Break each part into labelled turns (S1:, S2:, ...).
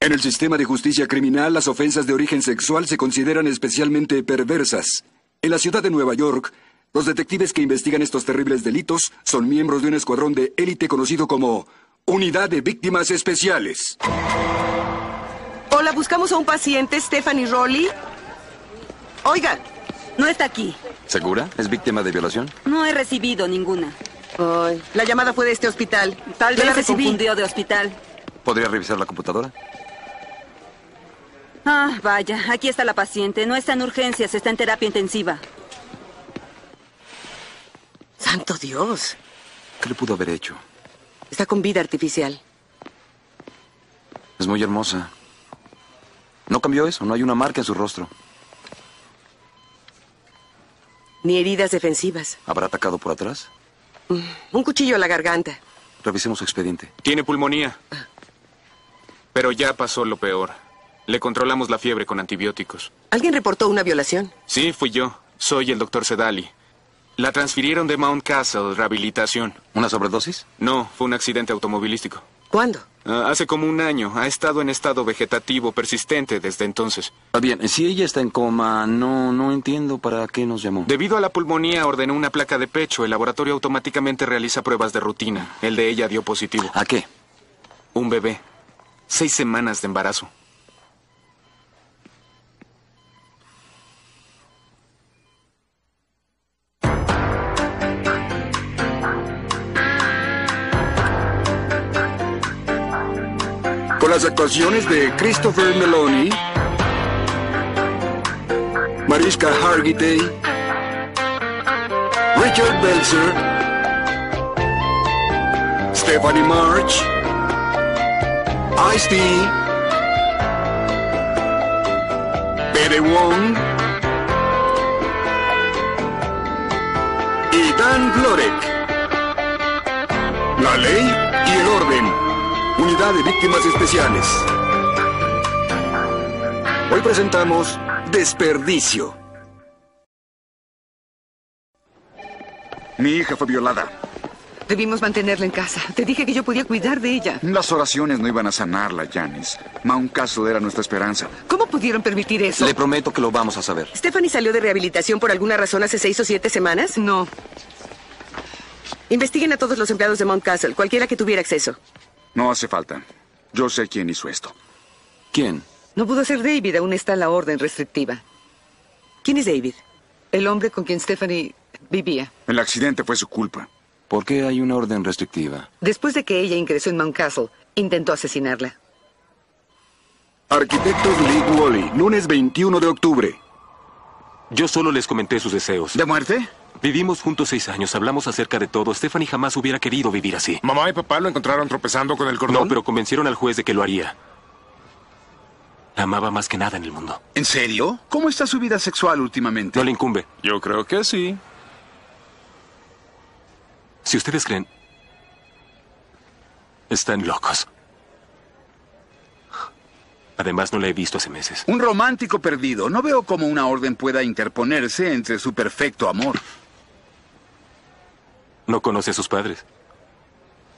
S1: En el sistema de justicia criminal, las ofensas de origen sexual se consideran especialmente perversas. En la ciudad de Nueva York, los detectives que investigan estos terribles delitos son miembros de un escuadrón de élite conocido como Unidad de Víctimas Especiales.
S2: Hola, buscamos a un paciente, Stephanie Rowley. Oiga, no está aquí.
S3: ¿Segura? ¿Es víctima de violación?
S4: No he recibido ninguna.
S2: Ay, la llamada fue de este hospital.
S4: Tal
S2: Ya la
S4: vez se
S2: recibí.
S4: confundió de hospital.
S3: ¿Podría revisar la computadora?
S4: Ah, vaya, aquí está la paciente. No está en urgencias, está en terapia intensiva.
S2: Santo Dios.
S3: ¿Qué le pudo haber hecho?
S2: Está con vida artificial.
S3: Es muy hermosa. No cambió eso, no hay una marca en su rostro.
S2: Ni heridas defensivas.
S3: ¿Habrá atacado por atrás?
S2: Un cuchillo a la garganta.
S3: Revisemos su expediente.
S5: Tiene pulmonía. Pero ya pasó lo peor. Le controlamos la fiebre con antibióticos.
S2: Alguien reportó una violación.
S5: Sí, fui yo. Soy el doctor Sedali. La transfirieron de Mount Castle, rehabilitación.
S3: ¿Una sobredosis?
S5: No, fue un accidente automovilístico.
S2: ¿Cuándo?
S5: Ah, hace como un año. Ha estado en estado vegetativo persistente desde entonces.
S3: Ah, bien, si ella está en coma, no, no entiendo para qué nos llamó.
S5: Debido a la pulmonía, ordenó una placa de pecho. El laboratorio automáticamente realiza pruebas de rutina. El de ella dio positivo.
S3: ¿A qué?
S5: Un bebé. Seis semanas de embarazo.
S1: Con las actuaciones de Christopher Meloni, Mariska Hargitay, Richard Belzer, Stephanie March, Ice-T, Pere Wong y Dan Florek. La ley y el orden. Unidad de Víctimas Especiales. Hoy presentamos Desperdicio. Mi hija fue violada.
S6: Debimos mantenerla en casa. Te dije que yo podía cuidar de ella.
S7: Las oraciones no iban a sanarla, Janice. Mount Castle era nuestra esperanza.
S6: ¿Cómo pudieron permitir eso?
S3: Le prometo que lo vamos a saber.
S2: Stephanie salió de rehabilitación por alguna razón hace seis o siete semanas.
S6: No.
S2: Investiguen a todos los empleados de Mount Castle, cualquiera que tuviera acceso.
S7: No hace falta. Yo sé quién hizo esto.
S3: ¿Quién?
S6: No pudo ser David, aún está la orden restrictiva.
S2: ¿Quién es David?
S6: El hombre con quien Stephanie vivía.
S7: El accidente fue su culpa.
S3: ¿Por qué hay una orden restrictiva?
S6: Después de que ella ingresó en Mount Castle, intentó asesinarla.
S1: Arquitectos Lee Wally, lunes 21 de octubre.
S8: Yo solo les comenté sus deseos.
S7: ¿De muerte?
S8: Vivimos juntos seis años, hablamos acerca de todo. Stephanie jamás hubiera querido vivir así.
S9: Mamá y papá lo encontraron tropezando con el cordón.
S8: No, pero convencieron al juez de que lo haría. La amaba más que nada en el mundo.
S7: ¿En serio? ¿Cómo está su vida sexual últimamente?
S8: No le incumbe.
S5: Yo creo que sí.
S8: Si ustedes creen... Están locos. Además, no la he visto hace meses.
S7: Un romántico perdido. No veo cómo una orden pueda interponerse entre su perfecto amor.
S8: No conoce a sus padres.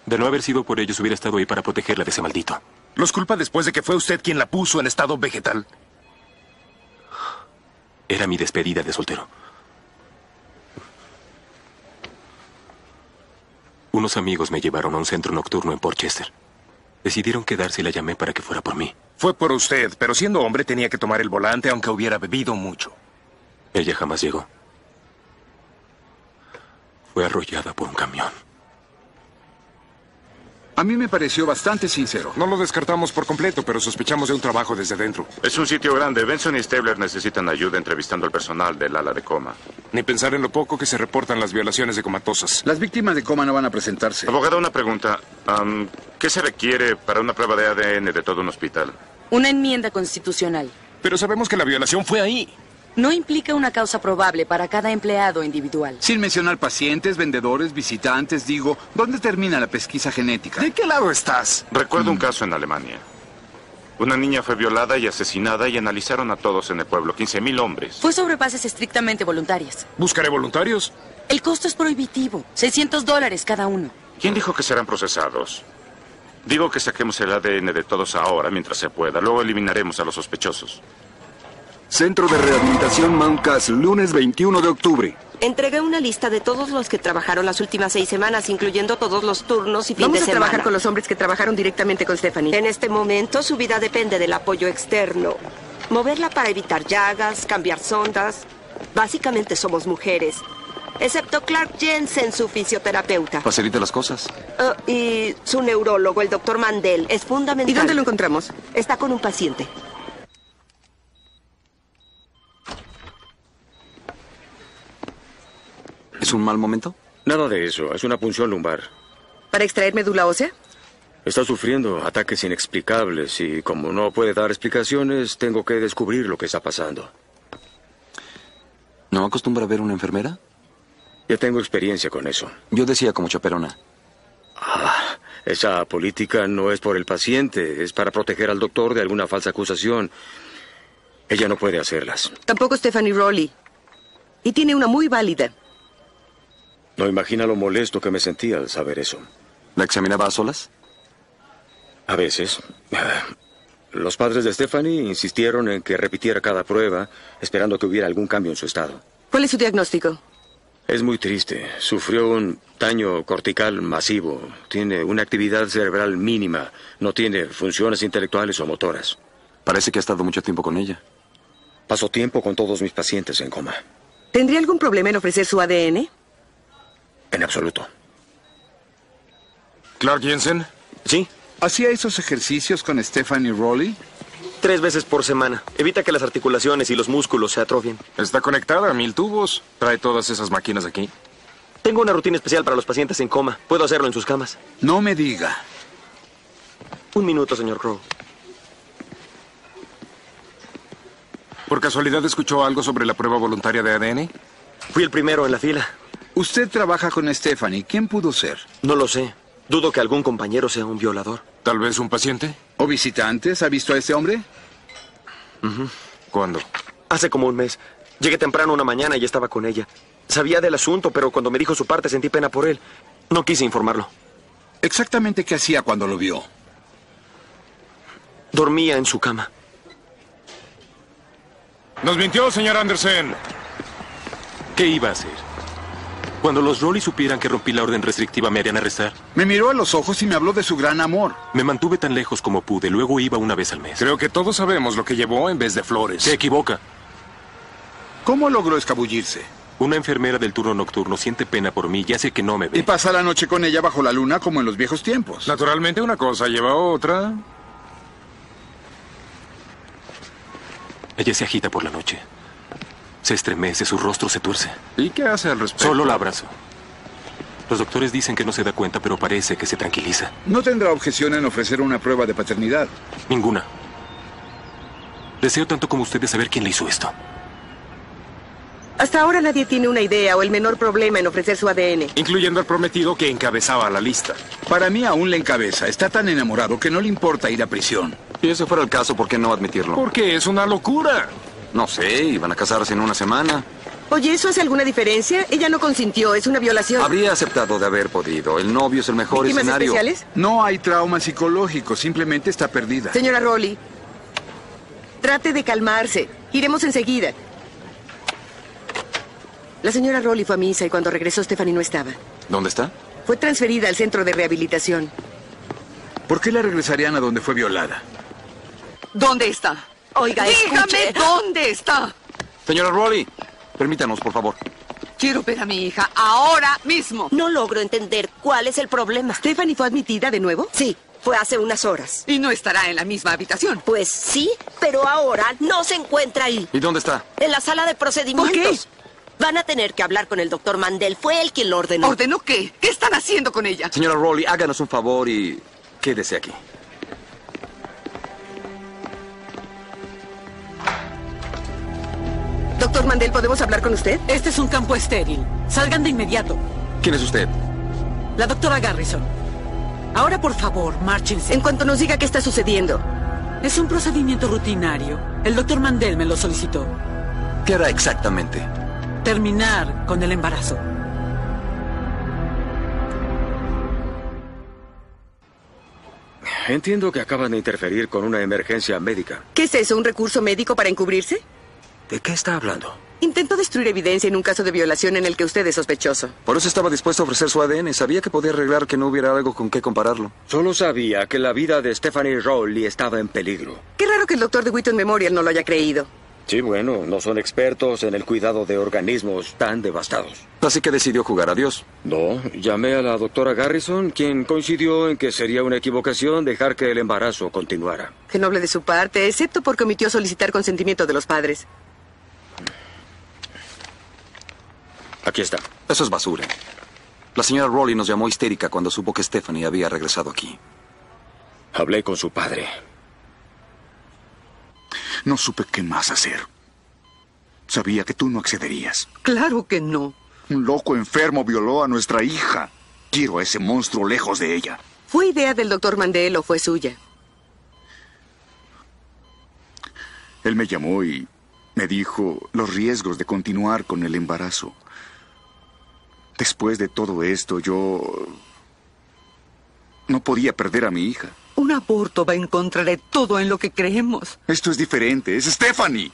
S8: De no haber sido por ellos, hubiera estado ahí para protegerla de ese maldito.
S9: Los culpa después de que fue usted quien la puso en estado vegetal.
S8: Era mi despedida de soltero. Unos amigos me llevaron a un centro nocturno en Portchester. Decidieron quedarse y la llamé para que fuera por mí.
S9: Fue por usted, pero siendo hombre tenía que tomar el volante aunque hubiera bebido mucho.
S8: Ella jamás llegó. Fue arrollada por un camión.
S7: A mí me pareció bastante sincero.
S9: No lo descartamos por completo, pero sospechamos de un trabajo desde dentro.
S10: Es un sitio grande. Benson y Stabler necesitan ayuda entrevistando al personal del ala de coma.
S9: Ni pensar en lo poco que se reportan las violaciones de comatosas.
S7: Las víctimas de coma no van a presentarse.
S10: Abogado, una pregunta. Am, ¿Qué se requiere para una prueba de ADN de todo un hospital?
S4: Una enmienda constitucional.
S9: Pero sabemos que la violación fue ahí.
S4: No implica una causa probable para cada empleado individual.
S7: Sin mencionar pacientes, vendedores, visitantes, digo, ¿dónde termina la pesquisa genética?
S9: ¿De qué lado estás?
S10: Recuerdo un caso en Alemania. Una niña fue violada y asesinada y analizaron a todos en el pueblo, 15.000 hombres.
S4: Fue sobre bases estrictamente voluntarias.
S9: Buscaré voluntarios.
S4: El costo es prohibitivo, 600 dólares cada uno.
S10: ¿Quién dijo que serán procesados? Digo que saquemos el ADN de todos ahora mientras se pueda. Luego eliminaremos a los sospechosos.
S11: Centro de Rehabilitación Mount Castle, lunes 21 de octubre.
S12: Entregué una lista de todos los que trabajaron las últimas seis semanas, incluyendo todos los turnos y fin
S2: Vamos
S12: de
S2: a
S12: semana.
S2: trabajar con los hombres que trabajaron directamente con Stephanie.
S12: En este momento su vida depende del apoyo externo. Moverla para evitar llagas, cambiar sondas. Básicamente somos mujeres. Excepto Clark Jensen, su fisioterapeuta.
S3: Facilita las cosas.
S12: Ah, y su neurólogo, el doctor Mandel, es fundamental.
S2: ¿Y dónde lo encontramos?
S12: Está con un paciente.
S3: ¿Es un mal momento?
S13: Nada de eso, es una punción lumbar.
S2: ¿Para extraer médula ósea?
S13: Está sufriendo ataques inexplicables y como no puede dar explicaciones, tengo que descubrir lo que está pasando.
S3: ¿No acostumbra ver una enfermera?
S13: Ya tengo experiencia con eso.
S3: Yo decía como chaperona.
S13: Ah, esa política no es por el paciente, es para proteger al doctor de alguna falsa acusación. Ella no puede hacerlas.
S2: Tampoco Stephanie Rowley. Y tiene una muy válida.
S13: No imagina lo molesto que me sentí al saber eso.
S3: ¿La examinaba a solas?
S13: A veces. Los padres de Stephanie insistieron en que repitiera cada prueba, esperando que hubiera algún cambio en su estado.
S2: ¿Cuál es su diagnóstico?
S13: Es muy triste. Sufrió un daño cortical masivo. Tiene una actividad cerebral mínima. No tiene funciones intelectuales o motoras.
S3: Parece que ha estado mucho tiempo con ella.
S13: Pasó tiempo con todos mis pacientes en coma.
S2: ¿Tendría algún problema en ofrecer su ADN?
S13: En absoluto.
S14: ¿Clark Jensen?
S15: Sí,
S1: ¿Hacía esos ejercicios con Stephanie Rowley?
S15: tres veces por semana. Evita que las articulaciones y los músculos se atrofien.
S14: Está conectada a mil tubos. Trae todas esas máquinas aquí.
S15: Tengo una rutina especial para los pacientes en coma. Puedo hacerlo en sus camas.
S1: No me diga.
S15: Un minuto, señor Crow.
S14: ¿Por casualidad escuchó algo sobre la prueba voluntaria de ADN?
S15: Fui el primero en la fila.
S1: Usted trabaja con Stephanie. ¿Quién pudo ser?
S15: No lo sé. Dudo que algún compañero sea un violador.
S14: ¿Tal vez un paciente?
S1: ¿O visitantes? ¿Ha visto a este hombre?
S14: ¿Cuándo?
S15: Hace como un mes. Llegué temprano una mañana y estaba con ella. Sabía del asunto, pero cuando me dijo su parte sentí pena por él. No quise informarlo.
S1: Exactamente qué hacía cuando lo vio.
S15: Dormía en su cama.
S14: Nos mintió, señor Anderson.
S8: ¿Qué iba a hacer? Cuando los Rolly supieran que rompí la orden restrictiva, me harían arrestar.
S1: Me miró a los ojos y me habló de su gran amor.
S8: Me mantuve tan lejos como pude, luego iba una vez al mes.
S14: Creo que todos sabemos lo que llevó en vez de flores.
S8: Se equivoca.
S1: ¿Cómo logró escabullirse?
S8: Una enfermera del turno nocturno siente pena por mí ya sé que no me
S1: Y
S8: ve.
S1: pasa la noche con ella bajo la luna como en los viejos tiempos.
S14: Naturalmente una cosa lleva a otra.
S8: Ella se agita por la noche. Se estremece, su rostro se tuerce.
S14: ¿Y qué hace al respecto?
S8: Solo la abrazo. Los doctores dicen que no se da cuenta, pero parece que se tranquiliza.
S1: No tendrá objeción en ofrecer una prueba de paternidad.
S8: Ninguna. Deseo tanto como ustedes saber quién le hizo esto.
S2: Hasta ahora nadie tiene una idea o el menor problema en ofrecer su ADN.
S14: Incluyendo al prometido que encabezaba la lista.
S1: Para mí aún le encabeza. Está tan enamorado que no le importa ir a prisión.
S3: Si ese fuera el caso, ¿por qué no admitirlo?
S14: Porque es una locura.
S3: No sé, iban a casarse en una semana.
S2: Oye, ¿eso hace alguna diferencia? Ella no consintió, es una violación.
S3: Habría aceptado de haber podido. El novio es el mejor
S2: ¿Víctimas
S3: escenario.
S2: especiales?
S1: No hay trauma psicológico, simplemente está perdida.
S2: Señora Rowley, trate de calmarse. Iremos enseguida. La señora Rowley fue a misa y cuando regresó Stephanie no estaba.
S3: ¿Dónde está?
S2: Fue transferida al centro de rehabilitación.
S1: ¿Por qué la regresarían a donde fue violada?
S2: ¿Dónde está?
S16: Oiga, escuche.
S2: dónde está.
S3: Señora Rowley, permítanos, por favor.
S2: Quiero ver a mi hija ahora mismo.
S12: No logro entender cuál es el problema.
S2: ¿Stephanie fue admitida de nuevo?
S12: Sí, fue hace unas horas.
S2: Y no estará en la misma habitación.
S12: Pues sí, pero ahora no se encuentra ahí.
S3: ¿Y dónde está?
S12: En la sala de procedimientos.
S2: ¿Por qué?
S12: Van a tener que hablar con el doctor Mandel. Fue él quien lo ordenó.
S2: ¿Ordenó qué? ¿Qué están haciendo con ella?
S3: Señora Rowley, háganos un favor y quédese aquí.
S2: Doctor Mandel, ¿podemos hablar con usted?
S17: Este es un campo estéril. Salgan de inmediato.
S3: ¿Quién es usted?
S17: La doctora Garrison. Ahora, por favor, márchense.
S2: En cuanto nos diga qué está sucediendo.
S17: Es un procedimiento rutinario. El doctor Mandel me lo solicitó.
S3: ¿Qué hará exactamente?
S17: Terminar con el embarazo.
S13: entiendo que acaban de interferir con una emergencia médica.
S2: ¿Qué es eso? ¿Un recurso médico para encubrirse?
S13: ¿De qué está hablando?
S2: Intentó destruir evidencia en un caso de violación en el que usted es sospechoso.
S3: Por eso estaba dispuesto a ofrecer su ADN. Sabía que podía arreglar que no hubiera algo con qué compararlo.
S13: Solo sabía que la vida de Stephanie Rowley estaba en peligro.
S2: Qué raro que el doctor de Wheaton Memorial no lo haya creído.
S13: Sí, bueno, no son expertos en el cuidado de organismos tan devastados.
S3: Así que decidió jugar a Dios.
S13: No, llamé a la doctora Garrison, quien coincidió en que sería una equivocación dejar que el embarazo continuara.
S2: Qué noble de su parte, excepto porque omitió solicitar consentimiento de los padres.
S13: Aquí está.
S3: Eso es basura. La señora Rowley nos llamó histérica cuando supo que Stephanie había regresado aquí.
S13: Hablé con su padre.
S1: No supe qué más hacer. Sabía que tú no accederías.
S17: Claro que no.
S1: Un loco enfermo violó a nuestra hija. Quiero a ese monstruo lejos de ella.
S2: ¿Fue idea del doctor Mandel o fue suya?
S1: Él me llamó y me dijo los riesgos de continuar con el embarazo. Después de todo esto, yo... No podía perder a mi hija.
S17: Un aborto va en contra de todo en lo que creemos.
S1: Esto es diferente. Es Stephanie.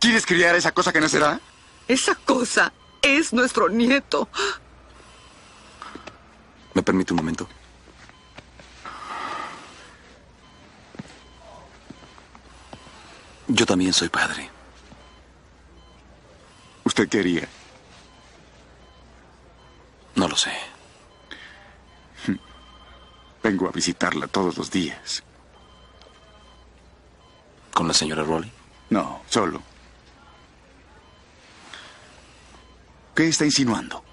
S1: ¿Quieres criar esa cosa que no será?
S17: Esa cosa es nuestro nieto.
S3: ¿Me permite un momento? Yo también soy padre.
S1: ¿Usted quería?
S3: No lo sé.
S1: Vengo a visitarla todos los días.
S3: ¿Con la señora Rowley?
S1: No, solo. ¿Qué está insinuando?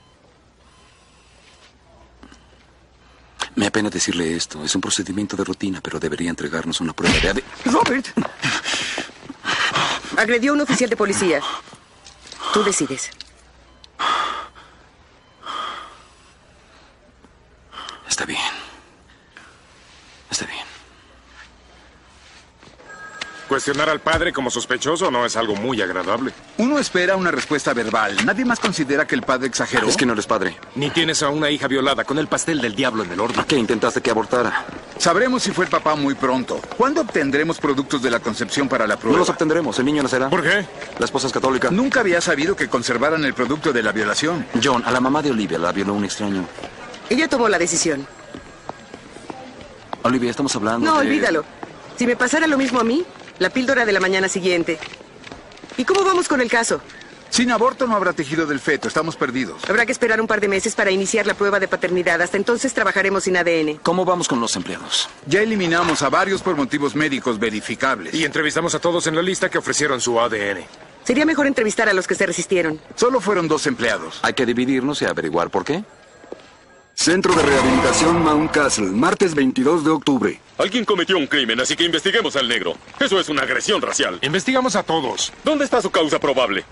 S3: Me apena decirle esto. Es un procedimiento de rutina, pero debería entregarnos una prueba de... AD-
S2: Robert. Agredió a un oficial de policía. Tú decides.
S3: Está bien. Está bien.
S10: Cuestionar al padre como sospechoso no es algo muy agradable.
S1: Uno espera una respuesta verbal. Nadie más considera que el padre exageró.
S3: Es que no eres padre.
S14: Ni tienes a una hija violada con el pastel del diablo en el horno.
S3: ¿Qué intentaste que abortara?
S1: Sabremos si fue el papá muy pronto. ¿Cuándo obtendremos productos de la concepción para la
S3: No
S1: prueba?
S3: los obtendremos. El niño nacerá.
S14: ¿Por qué?
S3: La esposa es católica.
S1: Nunca había sabido que conservaran el producto de la violación.
S3: John, a la mamá de Olivia la violó un extraño.
S2: Ella tomó la decisión.
S3: Olivia, estamos hablando
S2: No,
S3: de-
S2: olvídalo. Si me pasara lo mismo a mí, la píldora de la mañana siguiente. ¿Y cómo vamos con el caso?
S1: Sin aborto no habrá tejido del feto. Estamos perdidos.
S2: Habrá que esperar un par de meses para iniciar la prueba de paternidad. Hasta entonces trabajaremos sin ADN.
S3: ¿Cómo vamos con los empleados?
S1: Ya eliminamos a varios por motivos médicos verificables.
S14: Y entrevistamos a todos en la lista que ofrecieron su ADN.
S2: Sería mejor entrevistar a los que se resistieron.
S1: Solo fueron dos empleados.
S3: Hay que dividirnos y averiguar por qué.
S11: Centro de Rehabilitación Mount Castle, martes 22 de octubre.
S18: Alguien cometió un crimen, así que investiguemos al negro. Eso es una agresión racial.
S14: Investigamos a todos.
S18: ¿Dónde está su causa probable?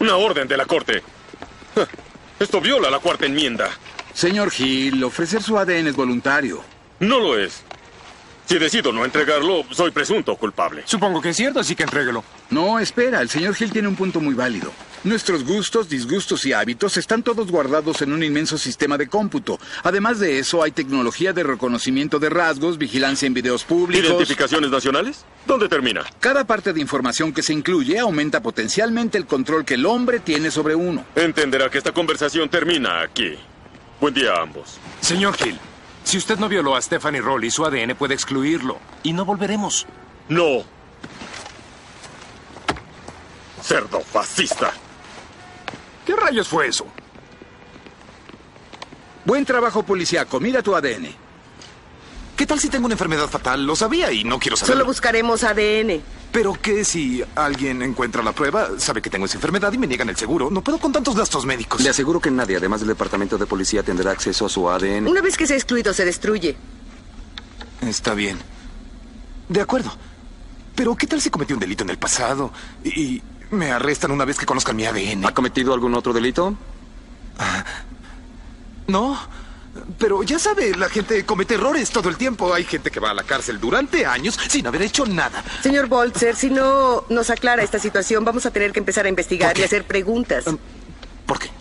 S18: Una orden de la corte. Ah, Esto viola la cuarta enmienda.
S1: Señor Hill, ofrecer su ADN es voluntario.
S18: No lo es. Si decido no entregarlo, soy presunto culpable.
S14: Supongo que es cierto, así que entréguelo.
S1: No, espera, el señor Hill tiene un punto muy válido. Nuestros gustos, disgustos y hábitos están todos guardados en un inmenso sistema de cómputo. Además de eso, hay tecnología de reconocimiento de rasgos, vigilancia en videos públicos.
S18: ¿Identificaciones nacionales? ¿Dónde termina?
S1: Cada parte de información que se incluye aumenta potencialmente el control que el hombre tiene sobre uno.
S18: Entenderá que esta conversación termina aquí. Buen día a ambos.
S14: Señor Hill, si usted no violó a Stephanie Rowley, su ADN puede excluirlo. Y no volveremos.
S18: No. Cerdo fascista.
S14: ¿Qué rayos fue eso?
S1: Buen trabajo policíaco, mira tu ADN.
S19: ¿Qué tal si tengo una enfermedad fatal? Lo sabía y no quiero
S2: Solo
S19: saberlo.
S2: buscaremos ADN.
S19: Pero ¿qué si alguien encuentra la prueba, sabe que tengo esa enfermedad y me niegan el seguro? No puedo con tantos gastos médicos.
S3: Le aseguro que nadie, además del departamento de policía, tendrá acceso a su ADN.
S2: Una vez que sea excluido, se destruye.
S19: Está bien. De acuerdo. Pero ¿qué tal si cometí un delito en el pasado y me arrestan una vez que conozcan mi ADN?
S3: ¿Ha cometido algún otro delito?
S19: No. Pero ya sabe, la gente comete errores todo el tiempo. Hay gente que va a la cárcel durante años sin haber hecho nada.
S2: Señor Boltzer, si no nos aclara esta situación, vamos a tener que empezar a investigar y hacer preguntas.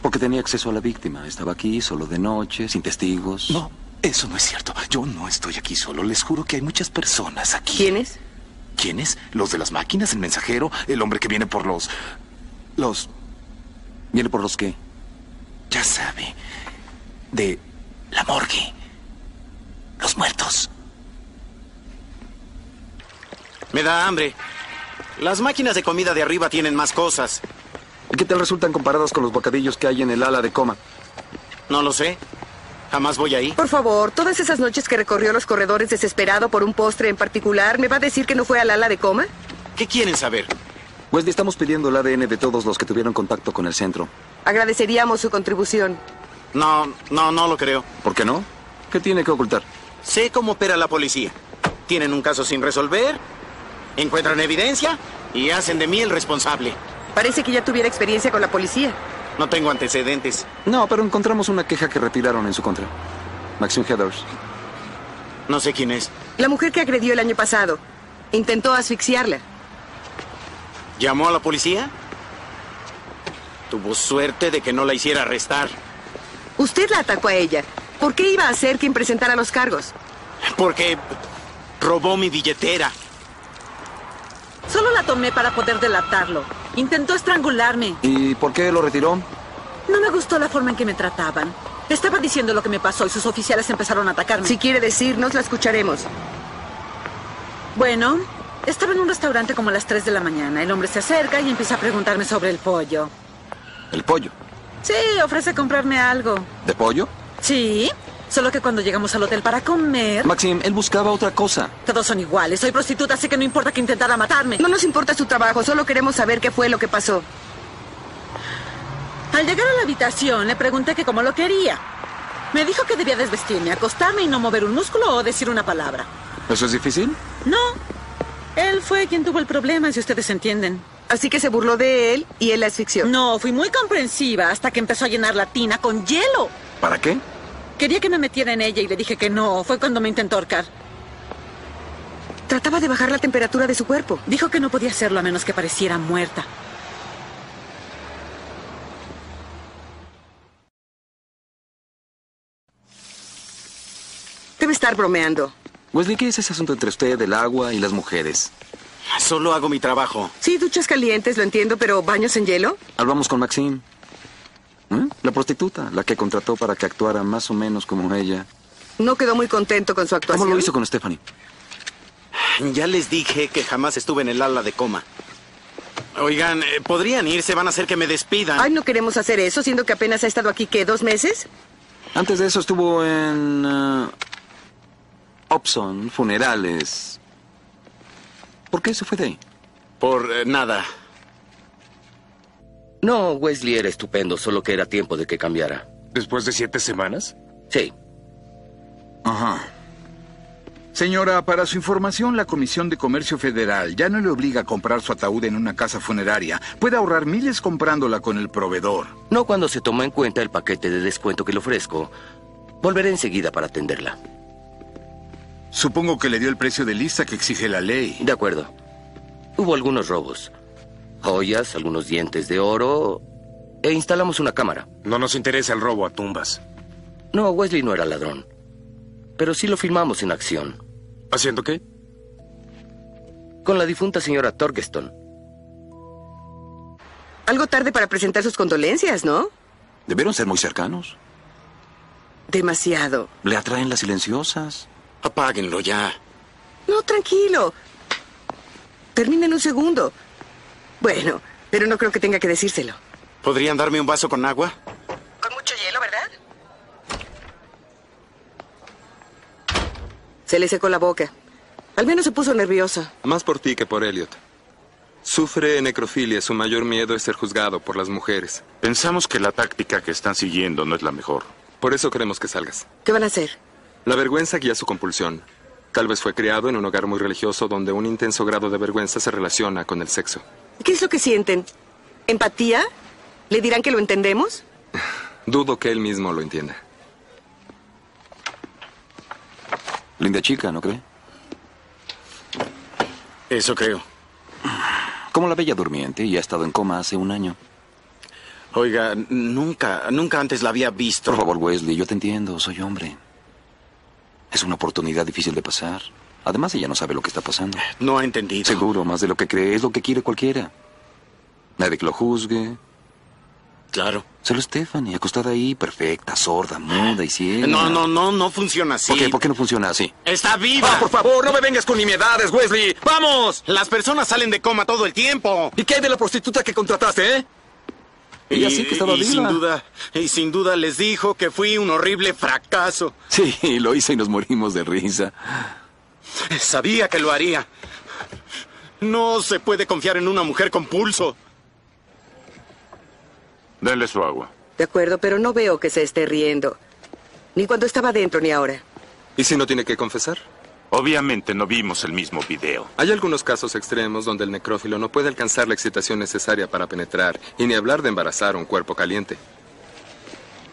S3: Porque tenía acceso a la víctima. Estaba aquí, solo de noche, sin testigos. No.
S20: Eso no es cierto. Yo no estoy aquí solo. Les juro que hay muchas personas aquí.
S2: ¿Quiénes?
S20: ¿Quiénes? ¿Los de las máquinas? ¿El mensajero? ¿El hombre que viene por los... los...
S21: ¿Viene por los qué?
S20: ya sabe, de la morgue. Los muertos.
S22: Me da hambre. Las máquinas de comida de arriba tienen más cosas.
S3: ¿Qué tal resultan comparados con los bocadillos que hay en el ala de coma?
S22: No lo sé. Jamás voy ahí.
S2: Por favor, todas esas noches que recorrió los corredores desesperado por un postre en particular, ¿me va a decir que no fue al ala de coma?
S22: ¿Qué quieren saber?
S3: Wesley, estamos pidiendo el ADN de todos los que tuvieron contacto con el centro.
S2: Agradeceríamos su contribución.
S22: No, no, no lo creo.
S3: ¿Por qué no? ¿Qué tiene que ocultar?
S22: Sé cómo opera la policía. Tienen un caso sin resolver, encuentran evidencia y hacen de mí el responsable.
S2: Parece que ya tuviera experiencia con la policía.
S22: No tengo antecedentes.
S3: No, pero encontramos una queja que retiraron en su contra. Maxine Heathers.
S22: No sé quién es.
S2: La mujer que agredió el año pasado intentó asfixiarla.
S22: ¿Llamó a la policía? Tuvo suerte de que no la hiciera arrestar.
S2: Usted la atacó a ella. ¿Por qué iba a ser quien presentara los cargos?
S22: Porque robó mi billetera.
S17: Solo la tomé para poder delatarlo. Intentó estrangularme.
S3: ¿Y por qué lo retiró?
S17: No me gustó la forma en que me trataban. Estaba diciendo lo que me pasó y sus oficiales empezaron a atacarme.
S2: Si quiere decirnos, la escucharemos.
S17: Bueno, estaba en un restaurante como a las 3 de la mañana. El hombre se acerca y empieza a preguntarme sobre el pollo.
S3: ¿El pollo?
S17: Sí, ofrece comprarme algo.
S3: ¿De pollo?
S17: Sí, solo que cuando llegamos al hotel para comer...
S3: Maxim, él buscaba otra cosa.
S17: Todos son iguales. Soy prostituta, así que no importa que intentara matarme.
S2: No nos importa su trabajo, solo queremos saber qué fue lo que pasó.
S17: Al llegar a la habitación, le pregunté que cómo lo quería. Me dijo que debía desvestirme, acostarme y no mover un músculo o decir una palabra.
S3: ¿Eso es difícil?
S17: No. Él fue quien tuvo el problema, si ustedes entienden.
S2: Así que se burló de él y él la asfixió.
S17: No, fui muy comprensiva hasta que empezó a llenar la tina con hielo.
S3: ¿Para qué?
S17: Quería que me metiera en ella y le dije que no. Fue cuando me intentó ahorcar.
S2: Trataba de bajar la temperatura de su cuerpo.
S17: Dijo que no podía hacerlo a menos que pareciera muerta.
S2: Debe estar bromeando.
S3: Wesley, ¿qué es ese asunto entre usted, el agua y las mujeres?
S22: Solo hago mi trabajo.
S2: Sí, duchas calientes, lo entiendo, pero baños en hielo.
S3: Hablamos con Maxine. ¿Eh? La prostituta, la que contrató para que actuara más o menos como ella.
S2: No quedó muy contento con su actuación.
S3: ¿Cómo lo hizo con Stephanie?
S22: Ya les dije que jamás estuve en el ala de coma. Oigan, eh, podrían irse, van a hacer que me despidan.
S2: Ay, no queremos hacer eso, siendo que apenas ha estado aquí, ¿qué? ¿Dos meses?
S3: Antes de eso estuvo en... eh, Opson, funerales. ¿Por qué se fue de ahí?
S22: Por eh, nada.
S23: No, Wesley era estupendo, solo que era tiempo de que cambiara.
S24: ¿Después de siete semanas?
S23: Sí.
S1: Ajá. Señora, para su información, la Comisión de Comercio Federal ya no le obliga a comprar su ataúd en una casa funeraria. Puede ahorrar miles comprándola con el proveedor.
S23: No cuando se tomó en cuenta el paquete de descuento que le ofrezco. Volveré enseguida para atenderla.
S1: Supongo que le dio el precio de lista que exige la ley.
S23: De acuerdo. Hubo algunos robos. Joyas, algunos dientes de oro. E instalamos una cámara.
S24: No nos interesa el robo a tumbas.
S23: No, Wesley no era ladrón. Pero sí lo filmamos en acción.
S24: ¿Haciendo qué?
S23: Con la difunta señora Torgeston.
S2: Algo tarde para presentar sus condolencias, ¿no?
S21: Debieron ser muy cercanos.
S2: Demasiado.
S21: Le atraen las silenciosas.
S22: Apáguenlo ya.
S2: No, tranquilo. Termina en un segundo. Bueno, pero no creo que tenga que decírselo.
S22: ¿Podrían darme un vaso con agua?
S2: Con mucho hielo, ¿verdad? Se le secó la boca. Al menos se puso nerviosa.
S25: Más por ti que por Elliot. Sufre necrofilia, su mayor miedo es ser juzgado por las mujeres.
S26: Pensamos que la táctica que están siguiendo no es la mejor.
S25: Por eso queremos que salgas.
S2: ¿Qué van a hacer?
S25: La vergüenza guía su compulsión. Tal vez fue criado en un hogar muy religioso donde un intenso grado de vergüenza se relaciona con el sexo.
S2: ¿Qué es lo que sienten? ¿Empatía? ¿Le dirán que lo entendemos?
S25: Dudo que él mismo lo entienda.
S21: Linda chica, ¿no cree?
S22: Eso creo.
S21: Como la bella durmiente y ha estado en coma hace un año.
S22: Oiga, nunca, nunca antes la había visto.
S21: Por favor, Wesley, yo te entiendo, soy hombre.
S3: Es una oportunidad difícil de pasar. Además, ella no sabe lo que está pasando.
S22: No ha entendido.
S3: Seguro, más de lo que cree. Es lo que quiere cualquiera. Nadie que lo juzgue.
S22: Claro.
S3: Solo Stephanie, acostada ahí, perfecta, sorda, muda y ciega.
S22: No, no, no, no funciona así.
S3: ¿Por qué? ¿Por qué no funciona así?
S22: ¡Está viva!
S15: Ah, por favor, no me vengas con nimiedades, Wesley. ¡Vamos!
S22: Las personas salen de coma todo el tiempo.
S15: ¿Y qué hay de la prostituta que contrataste, eh? Ella
S22: Y-
S15: sí que estaba
S22: y
S15: viva.
S22: sin duda, y sin duda les dijo que fui un horrible fracaso.
S3: Sí, lo hice y nos morimos de risa.
S22: Sabía que lo haría. No se puede confiar en una mujer con pulso.
S10: Denle su agua.
S2: De acuerdo, pero no veo que se esté riendo. Ni cuando estaba dentro ni ahora.
S25: ¿Y si no tiene que confesar?
S10: Obviamente no vimos el mismo video.
S25: Hay algunos casos extremos donde el necrófilo no puede alcanzar la excitación necesaria para penetrar, y ni hablar de embarazar un cuerpo caliente.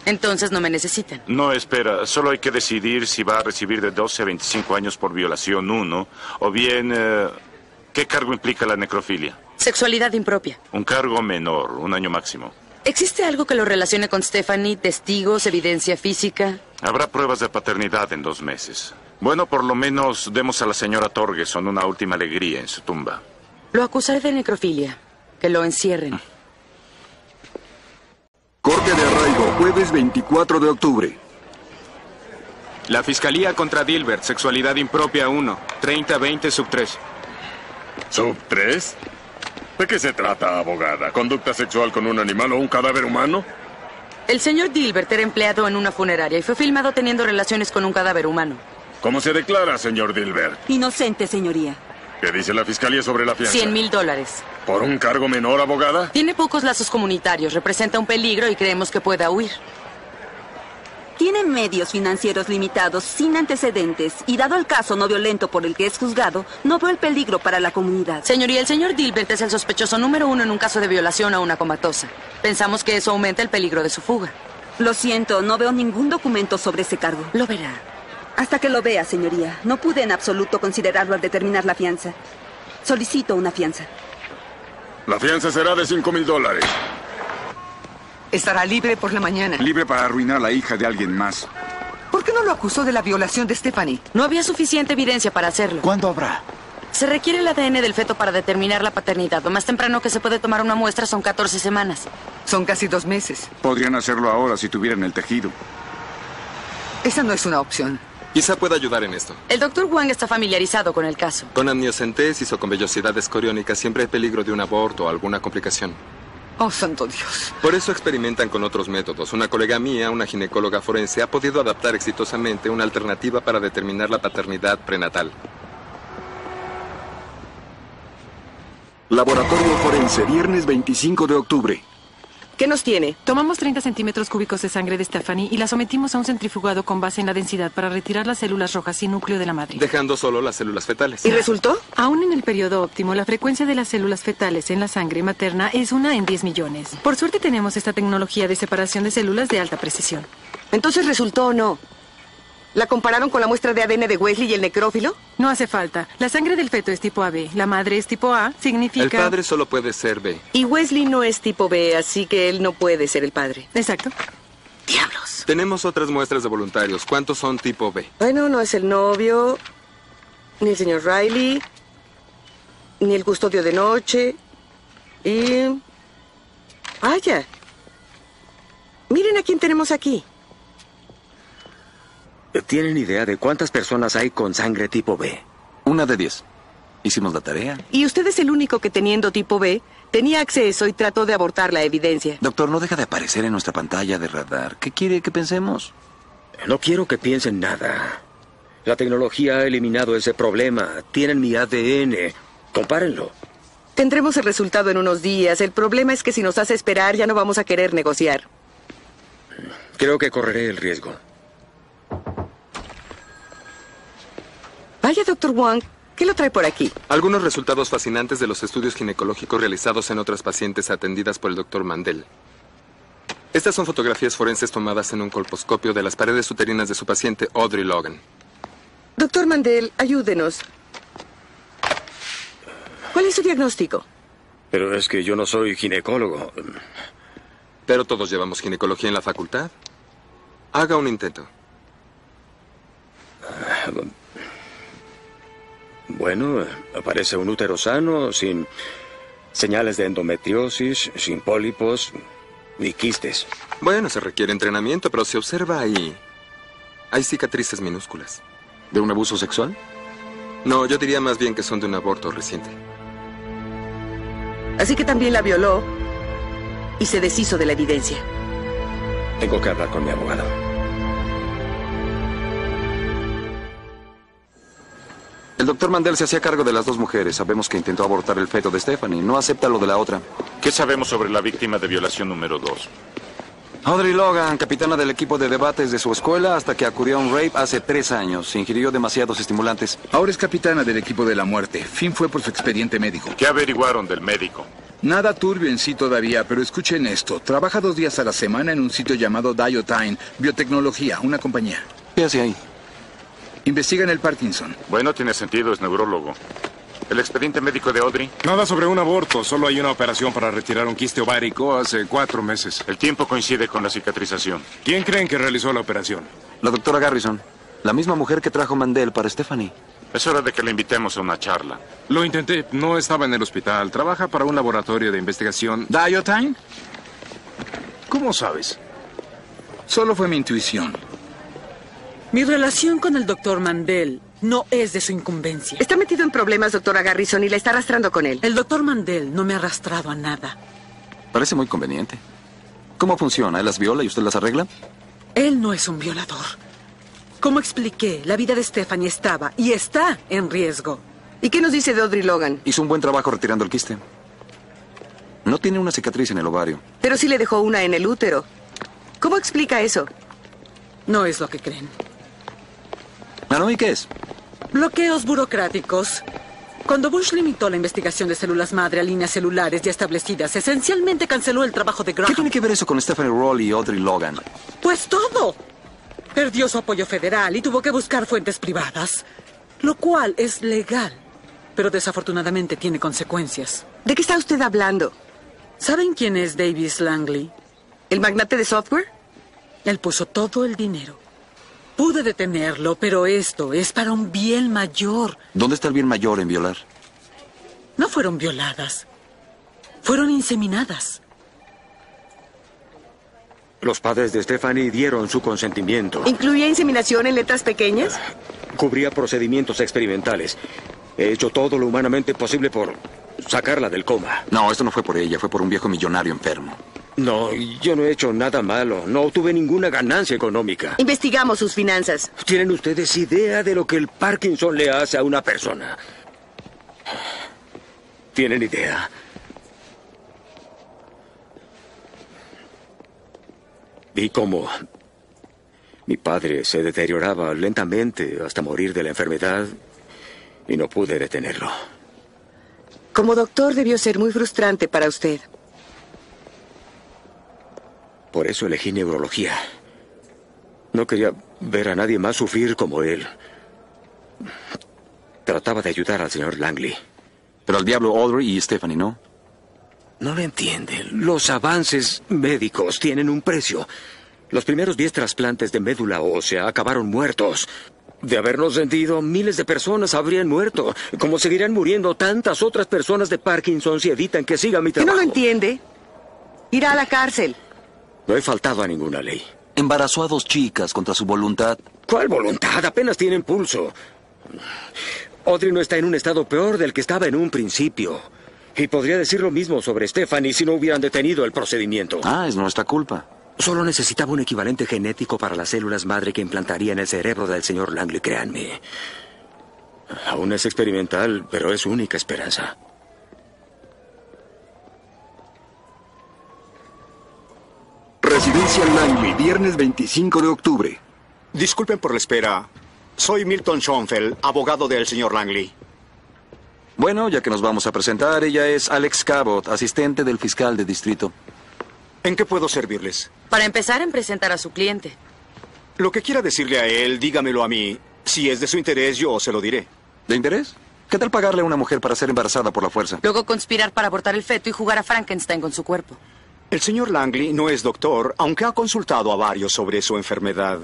S4: Entonces no me necesitan.
S10: No, espera, solo hay que decidir si va a recibir de 12 a 25 años por violación 1, o bien, eh, ¿qué cargo implica la necrofilia?
S4: Sexualidad impropia.
S10: Un cargo menor, un año máximo.
S4: ¿Existe algo que lo relacione con Stephanie? ¿Testigos? ¿Evidencia física?
S10: Habrá pruebas de paternidad en dos meses. Bueno, por lo menos demos a la señora Torgeson una última alegría en su tumba.
S4: Lo acusaré de necrofilia. Que lo encierren.
S11: Corte de arraigo, jueves 24 de octubre.
S5: La Fiscalía contra Dilbert, sexualidad impropia 1, 30-20 sub 3.
S18: ¿Sub 3? ¿De qué se trata, abogada? ¿Conducta sexual con un animal o un cadáver humano?
S4: El señor Dilbert era empleado en una funeraria y fue filmado teniendo relaciones con un cadáver humano.
S18: ¿Cómo se declara, señor Dilbert?
S16: Inocente, señoría.
S18: ¿Qué dice la fiscalía sobre la fianza?
S4: 100 mil dólares.
S18: ¿Por un cargo menor, abogada?
S4: Tiene pocos lazos comunitarios, representa un peligro y creemos que pueda huir.
S16: Tiene medios financieros limitados, sin antecedentes, y dado el caso no violento por el que es juzgado, no veo el peligro para la comunidad.
S4: Señoría, el señor Dilbert es el sospechoso número uno en un caso de violación a una comatosa. Pensamos que eso aumenta el peligro de su fuga.
S16: Lo siento, no veo ningún documento sobre ese cargo.
S4: Lo verá.
S16: Hasta que lo vea, señoría. No pude en absoluto considerarlo al determinar la fianza. Solicito una fianza.
S18: La fianza será de 5 mil dólares.
S6: Estará libre por la mañana.
S1: Libre para arruinar a la hija de alguien más.
S6: ¿Por qué no lo acusó de la violación de Stephanie?
S4: No había suficiente evidencia para hacerlo.
S6: ¿Cuándo habrá?
S4: Se requiere el ADN del feto para determinar la paternidad. Lo más temprano que se puede tomar una muestra son 14 semanas.
S6: Son casi dos meses.
S1: Podrían hacerlo ahora si tuvieran el tejido.
S6: Esa no es una opción.
S25: Quizá pueda ayudar en esto.
S4: El doctor Wang está familiarizado con el caso.
S25: Con amniocentesis o con vellosidades coriónicas siempre hay peligro de un aborto o alguna complicación.
S6: Oh, santo Dios.
S25: Por eso experimentan con otros métodos. Una colega mía, una ginecóloga forense, ha podido adaptar exitosamente una alternativa para determinar la paternidad prenatal.
S11: Laboratorio forense, viernes 25 de octubre.
S27: ¿Qué nos tiene? Tomamos 30 centímetros cúbicos de sangre de Stephanie y la sometimos a un centrifugado con base en la densidad para retirar las células rojas y núcleo de la madre.
S25: Dejando solo las células fetales.
S27: resultó? Aún en el periodo óptimo, la frecuencia de las células fetales en la sangre materna es una en 10 millones. Por suerte tenemos esta tecnología de separación de células de alta precisión.
S2: Entonces resultó o no. ¿La compararon con la muestra de ADN de Wesley y el necrófilo?
S27: No hace falta. La sangre del feto es tipo AB, la madre es tipo A, significa...
S25: El padre solo puede ser B.
S2: Y Wesley no es tipo B, así que él no puede ser el padre.
S27: Exacto.
S25: Tenemos otras muestras de voluntarios. ¿Cuántos son tipo B?
S2: Bueno, no es el novio, ni el señor Riley, ni el custodio de noche, y... ¡Ah, ya! Miren a quién tenemos aquí.
S13: ¿Tienen idea de cuántas personas hay con sangre tipo B?
S3: Una de diez. Hicimos la tarea.
S2: Y usted es el único que teniendo tipo B, tenía acceso y trató de abortar la evidencia.
S3: Doctor, no deja de aparecer en nuestra pantalla de radar. ¿Qué quiere que pensemos?
S13: No quiero que piensen nada. La tecnología ha eliminado ese problema. Tienen mi ADN. Compárenlo.
S2: Tendremos el resultado en unos días. El problema es que si nos hace esperar ya no vamos a querer negociar.
S13: Creo que correré el riesgo.
S2: Vaya, doctor Wang, ¿qué lo trae por aquí?
S25: Algunos resultados fascinantes de los estudios ginecológicos realizados en otras pacientes atendidas por el doctor Mandel. Estas son fotografías forenses tomadas en un colposcopio de las paredes uterinas de su paciente Audrey Logan.
S2: Doctor Mandel, ayúdenos. ¿Cuál es su diagnóstico?
S13: Pero es que yo no soy ginecólogo.
S25: Pero todos llevamos ginecología en la facultad. Haga un intento.
S13: Bueno, aparece un útero sano, sin señales de endometriosis, sin pólipos ni quistes.
S25: Bueno, se requiere entrenamiento, pero se observa ahí. Hay cicatrices minúsculas.
S3: ¿De un abuso sexual?
S25: No, yo diría más bien que son de un aborto reciente.
S2: Así que también la violó y se deshizo de la evidencia.
S13: Tengo que hablar con mi abogado.
S3: El doctor Mandel se hacía cargo de las dos mujeres. Sabemos que intentó abortar el feto de este- Stephanie. No acepta lo de la otra.
S10: ¿Qué sabemos sobre la víctima de violación número 2?
S3: Audrey Logan, capitana del equipo de debates de su escuela hasta que acudió a un rape hace tres años. Ingirió demasiados estimulantes.
S1: Ahora es capitana del equipo de la muerte. Fin fue por su expediente médico.
S10: ¿Qué averiguaron del médico?
S1: Nada turbio en sí todavía, pero escuchen esto. Trabaja dos días a la semana en un sitio llamado Diotine, Biotecnología, una compañía.
S3: ¿Qué hace ahí?
S1: Investigan el Parkinson.
S10: Bueno, tiene sentido, es neurólogo. ¿El expediente médico de Audrey?
S3: Nada sobre un aborto, solo hay una operación para retirar un quiste ovárico hace cuatro meses.
S10: El tiempo coincide con la cicatrización.
S3: ¿Quién creen que realizó la operación? La doctora Garrison, la misma mujer que trajo Mandel para Stephanie.
S10: Es hora de que le invitemos a una charla.
S3: Lo intenté, no estaba en el hospital, trabaja para un laboratorio de investigación.
S1: ¿Diotine?
S3: ¿Cómo sabes?
S1: Solo fue mi intuición.
S17: Mi relación con el doctor Mandel no es de su incumbencia.
S2: Está metido en problemas, doctora Garrison, y la está arrastrando con él.
S17: El doctor Mandel no me ha arrastrado a nada.
S3: Parece muy conveniente. ¿Cómo funciona? ¿Él las viola y usted las arregla?
S17: Él no es un violador. Como expliqué, la vida de Stephanie estaba y está en riesgo.
S2: ¿Y qué nos dice de Audrey Logan?
S3: Hizo un buen trabajo retirando el quiste. No tiene una cicatriz en el ovario.
S2: Pero sí le dejó una en el útero. ¿Cómo explica eso?
S17: No es lo que creen.
S3: ¿Ah, no? ¿Y qué es?
S17: Bloqueos burocráticos. Cuando Bush limitó la investigación de células madre a líneas celulares ya establecidas, esencialmente canceló el trabajo de Graham.
S3: ¿Qué tiene que ver eso con Stephanie Roll y Audrey Logan?
S17: Pues todo. Perdió su apoyo federal y tuvo que buscar fuentes privadas, lo cual es legal, pero desafortunadamente tiene consecuencias.
S2: ¿De qué está usted hablando?
S17: ¿Saben quién es Davis Langley?
S2: ¿El magnate de software?
S17: Él puso todo el dinero. Pude detenerlo, pero esto es para un bien mayor.
S3: ¿Dónde está el bien mayor en violar?
S17: No fueron violadas. Fueron inseminadas.
S13: Los padres de Stephanie dieron su consentimiento.
S2: ¿Incluía inseminación en letras pequeñas?
S13: Cubría procedimientos experimentales. He hecho todo lo humanamente posible por sacarla del coma.
S3: No, esto no fue por ella, fue por un viejo millonario enfermo.
S13: No, yo no he hecho nada malo. No obtuve ninguna ganancia económica.
S2: Investigamos sus finanzas.
S13: ¿Tienen ustedes idea de lo que el Parkinson le hace a una persona? ¿Tienen idea? Vi cómo mi padre se deterioraba lentamente hasta morir de la enfermedad y no pude detenerlo.
S2: Como doctor debió ser muy frustrante para usted.
S13: Por eso elegí neurología. No quería ver a nadie más sufrir como él. Trataba de ayudar al señor Langley.
S3: Pero al diablo Audrey y Stephanie, ¿no?
S13: No lo entiende. Los avances médicos tienen un precio. Los primeros diez trasplantes de médula ósea acabaron muertos. De habernos sentido, miles de personas habrían muerto. Como seguirán muriendo tantas otras personas de Parkinson si evitan que siga mi trabajo.
S2: ¿Qué no lo entiende? Irá a la cárcel.
S13: No he faltado a ninguna ley.
S28: Embarazó a dos chicas contra su voluntad.
S13: ¿Cuál voluntad? Apenas tienen pulso. Audrey no está en un estado peor del que estaba en un principio. Y podría decir lo mismo sobre Stephanie si no hubieran detenido el procedimiento.
S3: Ah, es nuestra culpa.
S13: Solo necesitaba un equivalente genético para las células madre que implantaría en el cerebro del señor Langley, créanme. Aún es experimental, pero es su única esperanza.
S29: Residencia Langley, viernes 25 de octubre.
S14: Disculpen por la espera. Soy Milton Schoenfeld, abogado del señor Langley.
S3: Bueno, ya que nos vamos a presentar, ella es Alex Cabot, asistente del fiscal de distrito.
S14: ¿En qué puedo servirles?
S4: Para empezar en presentar a su cliente.
S14: Lo que quiera decirle a él, dígamelo a mí. Si es de su interés, yo se lo diré.
S3: ¿De interés? ¿Qué tal pagarle a una mujer para ser embarazada por la fuerza?
S4: Luego conspirar para abortar el feto y jugar a Frankenstein con su cuerpo.
S14: El señor Langley no es doctor, aunque ha consultado a varios sobre su enfermedad.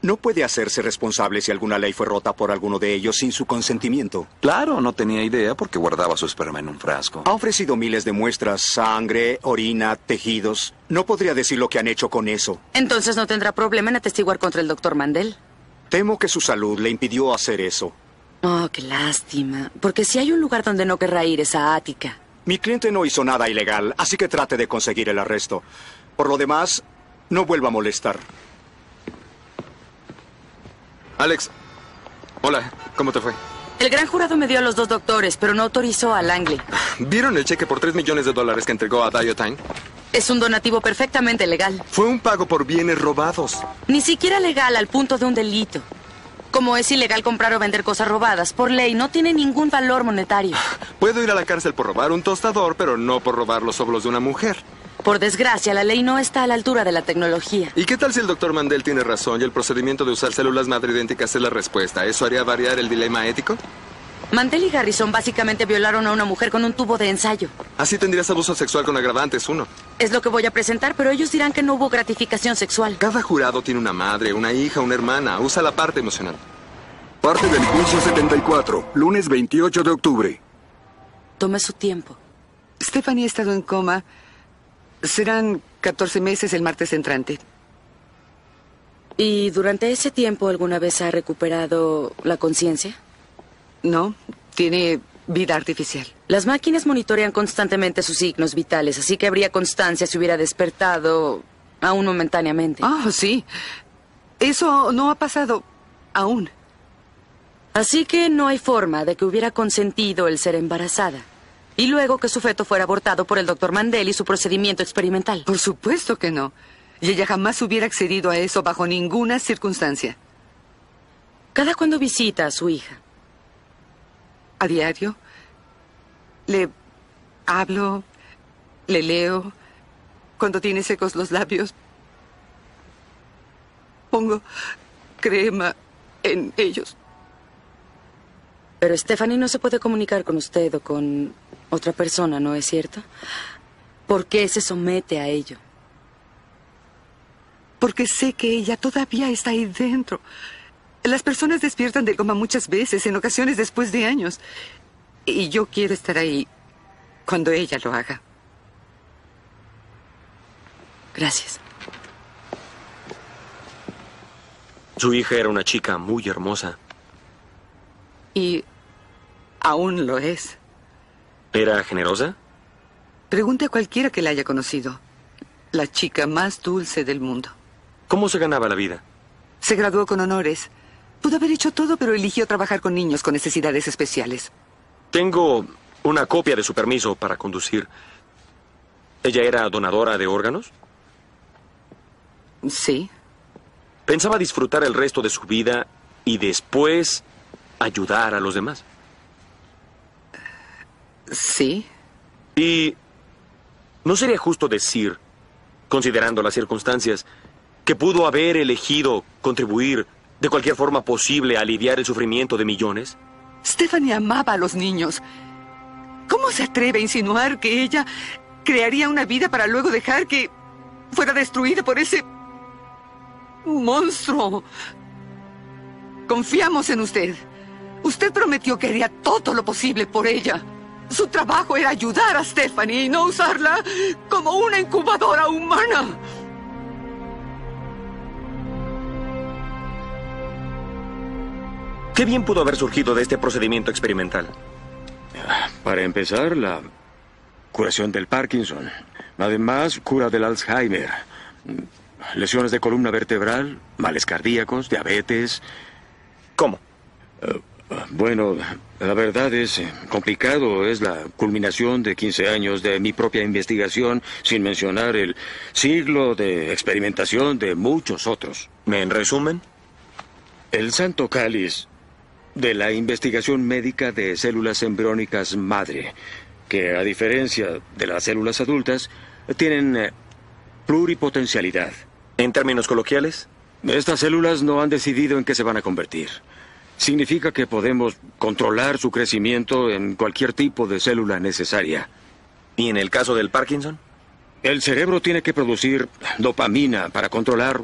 S14: No puede hacerse responsable si alguna ley fue rota por alguno de ellos sin su consentimiento.
S30: Claro, no tenía idea porque guardaba su esperma en un frasco.
S14: Ha ofrecido miles de muestras, sangre, orina, tejidos. No podría decir lo que han hecho con eso.
S4: Entonces no tendrá problema en atestiguar contra el doctor Mandel.
S14: Temo que su salud le impidió hacer eso.
S4: Oh, qué lástima. Porque si hay un lugar donde no querrá ir es a Ática.
S14: Mi cliente no hizo nada ilegal, así que trate de conseguir el arresto. Por lo demás, no vuelva a molestar.
S25: Alex, hola, ¿cómo te fue?
S4: El gran jurado me dio a los dos doctores, pero no autorizó a Langley.
S25: ¿Vieron el cheque por 3 millones de dólares que entregó a Diotine?
S4: Es un donativo perfectamente legal.
S25: Fue un pago por bienes robados.
S4: Ni siquiera legal al punto de un delito. Como es ilegal comprar o vender cosas robadas, por ley no tiene ningún valor monetario.
S25: Puedo ir a la cárcel por robar un tostador, pero no por robar los óvulos de una mujer.
S4: Por desgracia, la ley no está a la altura de la tecnología.
S25: ¿Y qué tal si el doctor Mandel tiene razón y el procedimiento de usar células madre idénticas es la respuesta? ¿Eso haría variar el dilema ético?
S4: Mandel y Harrison básicamente violaron a una mujer con un tubo de ensayo.
S25: Así tendrías abuso sexual con agravantes, uno.
S4: Es lo que voy a presentar, pero ellos dirán que no hubo gratificación sexual.
S25: Cada jurado tiene una madre, una hija, una hermana. Usa la parte emocional.
S1: Parte del juicio 74, lunes 28 de octubre.
S4: Tome su tiempo.
S6: Stephanie ha estado en coma. Serán 14 meses el martes entrante.
S4: ¿Y durante ese tiempo alguna vez ha recuperado la conciencia?
S6: No, tiene vida artificial.
S4: Las máquinas monitorean constantemente sus signos vitales, así que habría constancia si hubiera despertado aún momentáneamente.
S6: Oh, sí. Eso no ha pasado aún.
S4: Así que no hay forma de que hubiera consentido el ser embarazada. Y luego que su feto fuera abortado por el doctor Mandel y su procedimiento experimental.
S6: Por supuesto que no. Y ella jamás hubiera accedido a eso bajo ninguna circunstancia.
S4: ¿Cada cuándo visita a su hija?
S6: a diario. Le hablo, le leo. Cuando tiene secos los labios, pongo crema en ellos.
S4: Pero Stephanie no se puede comunicar con usted o con otra persona, ¿no es cierto? ¿Por qué se somete a ello?
S6: Porque sé que ella todavía está ahí dentro. Las personas despiertan del coma muchas veces, en ocasiones después de años. Y yo quiero estar ahí cuando ella lo haga.
S4: Gracias.
S15: Su hija era una chica muy hermosa.
S6: Y aún lo es.
S15: ¿Era generosa?
S6: Pregunte a cualquiera que la haya conocido. La chica más dulce del mundo.
S15: ¿Cómo se ganaba la vida?
S6: Se graduó con honores. Pudo haber hecho todo, pero eligió trabajar con niños con necesidades especiales.
S15: Tengo una copia de su permiso para conducir. ¿Ella era donadora de órganos?
S6: Sí.
S15: ¿Pensaba disfrutar el resto de su vida y después ayudar a los demás?
S6: Sí.
S15: Y no sería justo decir, considerando las circunstancias, que pudo haber elegido contribuir de cualquier forma posible a aliviar el sufrimiento de millones?
S6: Stephanie amaba a los niños. ¿Cómo se atreve a insinuar que ella crearía una vida para luego dejar que fuera destruida por ese monstruo? Confiamos en usted. Usted prometió que haría todo lo posible por ella. Su trabajo era ayudar a Stephanie y no usarla como una incubadora humana.
S15: ¿Qué bien pudo haber surgido de este procedimiento experimental?
S13: Para empezar, la curación del Parkinson. Además, cura del Alzheimer. Lesiones de columna vertebral, males cardíacos, diabetes.
S15: ¿Cómo?
S13: Uh, bueno, la verdad es eh, complicado. Es la culminación de 15 años de mi propia investigación, sin mencionar el siglo de experimentación de muchos otros.
S15: ¿En resumen?
S13: El Santo Cáliz de la investigación médica de células embriónicas madre, que a diferencia de las células adultas, tienen eh, pluripotencialidad.
S15: ¿En términos coloquiales?
S13: Estas células no han decidido en qué se van a convertir. Significa que podemos controlar su crecimiento en cualquier tipo de célula necesaria.
S15: ¿Y en el caso del Parkinson?
S13: El cerebro tiene que producir dopamina para controlar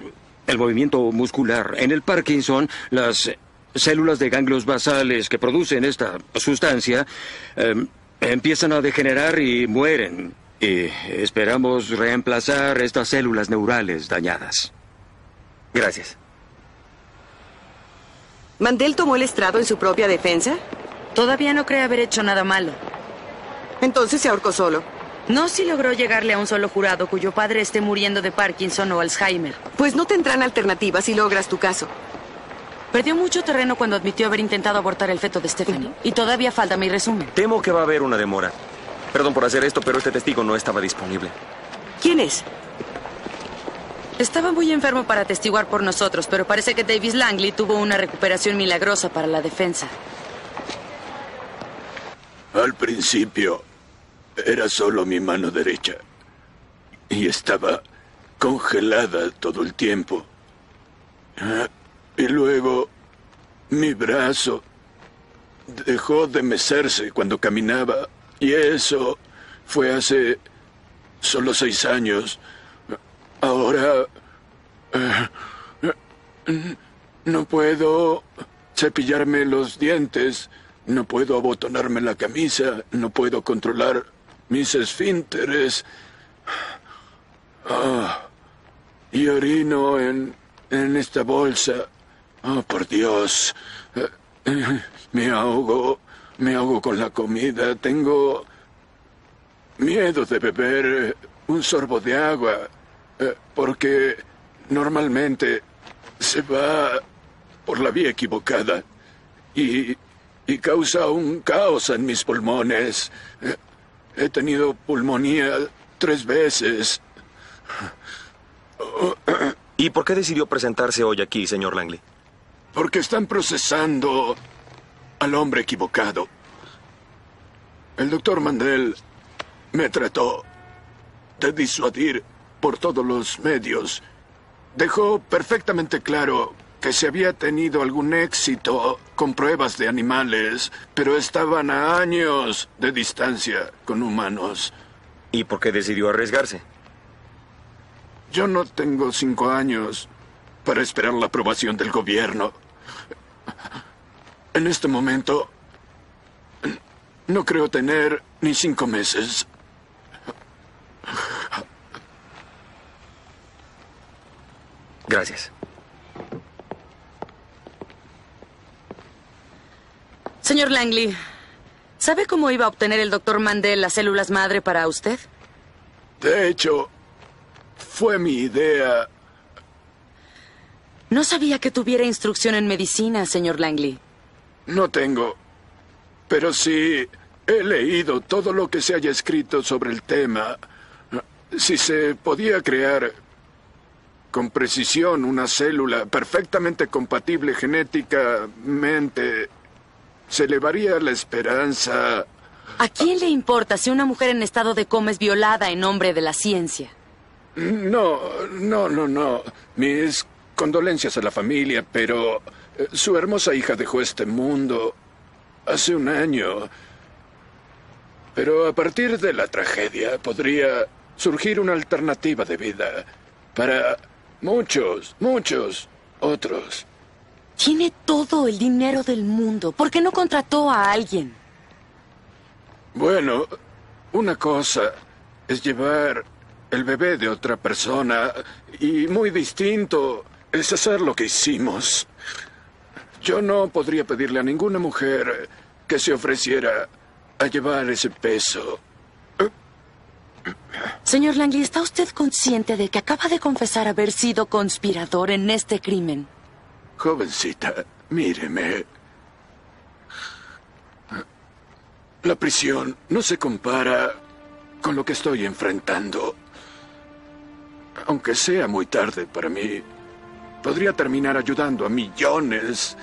S17: el movimiento muscular. En el Parkinson, las células de ganglios basales que producen esta sustancia eh, empiezan a degenerar y mueren. Y esperamos reemplazar estas células neurales dañadas. Gracias.
S2: ¿Mandel tomó el estrado en su propia defensa?
S4: Todavía no cree haber hecho nada malo.
S2: Entonces se ahorcó solo.
S4: No si logró llegarle a un solo jurado cuyo padre esté muriendo de Parkinson o Alzheimer.
S2: Pues no tendrán alternativa si logras tu caso.
S4: Perdió mucho terreno cuando admitió haber intentado abortar el feto de Stephanie. Y todavía falta mi resumen.
S15: Temo que va a haber una demora. Perdón por hacer esto, pero este testigo no estaba disponible.
S2: ¿Quién es?
S4: Estaba muy enfermo para atestiguar por nosotros, pero parece que Davis Langley tuvo una recuperación milagrosa para la defensa.
S19: Al principio era solo mi mano derecha y estaba congelada todo el tiempo. Ah, Y luego mi brazo dejó de mecerse cuando caminaba y eso fue hace solo seis años. Ahora ah, ah, no puedo cepillarme los dientes, no puedo abotonarme la camisa, no puedo controlar mis esfínteres. Ah, y orino en, en esta bolsa. Oh, por Dios. Eh, eh, Me ahogo, me ahogo con la comida. Tengo miedo de beber eh, un sorbo de agua, eh, porque normalmente se va por la vía equivocada y, y causa un caos en mis pulmones. Eh, He tenido pulmonía tres veces.
S15: ¿Y por qué decidió presentarse hoy aquí, señor Langley?
S19: Porque están procesando al hombre equivocado. El doctor Mandel me trató de disuadir por todos los medios. Dejó perfectamente claro que se había tenido algún éxito con pruebas de animales, pero estaban a años de distancia con humanos.
S15: ¿Y por qué decidió arriesgarse?
S19: Yo no tengo cinco años para esperar la aprobación del gobierno. En este momento, no creo tener ni cinco meses.
S15: Gracias.
S4: Señor Langley, ¿sabe cómo iba a obtener el doctor Mandel las células madre para usted?
S19: De hecho, fue mi idea.
S4: No sabía que tuviera instrucción en medicina, señor Langley.
S19: No tengo. Pero sí, he leído todo lo que se haya escrito sobre el tema. Si se podía crear con precisión una célula perfectamente compatible genéticamente, se elevaría la esperanza.
S4: ¿A quién le importa si una mujer en estado de coma es violada en nombre de la ciencia?
S19: No, no, no, no. Mis condolencias a la familia, pero eh, su hermosa hija dejó este mundo hace un año. Pero a partir de la tragedia podría surgir una alternativa de vida para muchos, muchos otros.
S4: Tiene todo el dinero del mundo. ¿Por qué no contrató a alguien?
S19: Bueno, una cosa es llevar el bebé de otra persona y muy distinto es hacer lo que hicimos. Yo no podría pedirle a ninguna mujer que se ofreciera a llevar ese peso.
S4: Señor Langley, ¿está usted consciente de que acaba de confesar haber sido conspirador en este crimen?
S19: Jovencita, míreme. La prisión no se compara con lo que estoy enfrentando. Aunque sea muy tarde para mí, podría terminar ayudando a millones.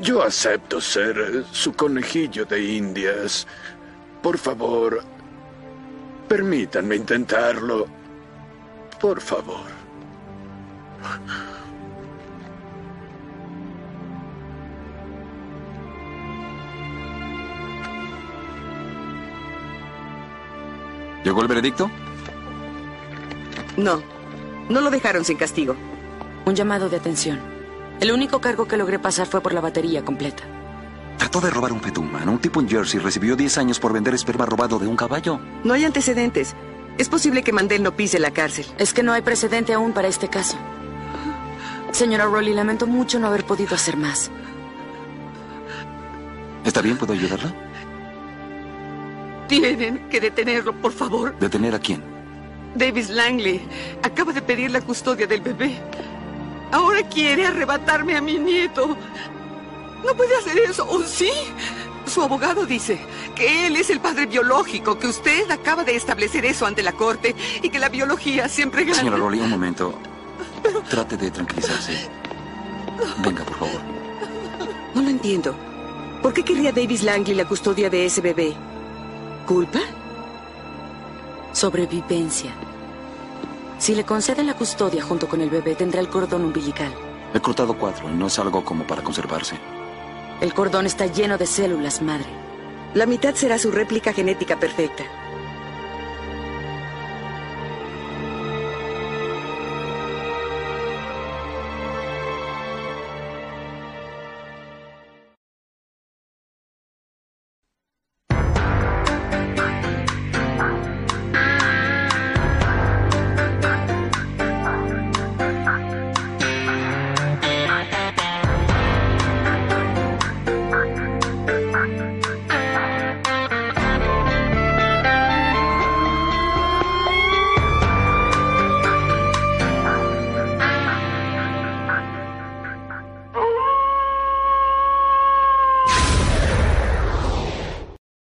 S19: Yo acepto ser eh, su conejillo de indias. Por favor, permítanme intentarlo. Por favor.
S14: ¿Llegó el veredicto?
S2: No, no lo dejaron sin castigo.
S4: Un llamado de atención. El único cargo que logré pasar fue por la batería completa.
S3: Trató de robar un feto humano. Un tipo en Jersey recibió 10 años por vender esperma robado de un caballo.
S2: No hay antecedentes. Es posible que Mandel no pise la cárcel.
S4: Es que no hay precedente aún para este caso. Señora Rowley, lamento mucho no haber podido hacer más.
S3: ¿Está bien? ¿Puedo ayudarla?
S6: Tienen que detenerlo, por favor.
S3: ¿Detener a quién?
S6: Davis Langley acaba de pedir la custodia del bebé. Ahora quiere arrebatarme a mi nieto. No puede hacer eso, ¿o sí? Su abogado dice que él es el padre biológico, que usted acaba de establecer eso ante la corte y que la biología siempre gana.
S3: Señora Rowley, un momento. Trate de tranquilizarse. Venga, por favor.
S2: No lo entiendo. ¿Por qué querría Davis Langley la custodia de ese bebé? ¿Culpa?
S4: Sobrevivencia. Si le conceden la custodia junto con el bebé, tendrá el cordón umbilical.
S3: He cortado cuatro y no es algo como para conservarse.
S4: El cordón está lleno de células madre.
S2: La mitad será su réplica genética perfecta.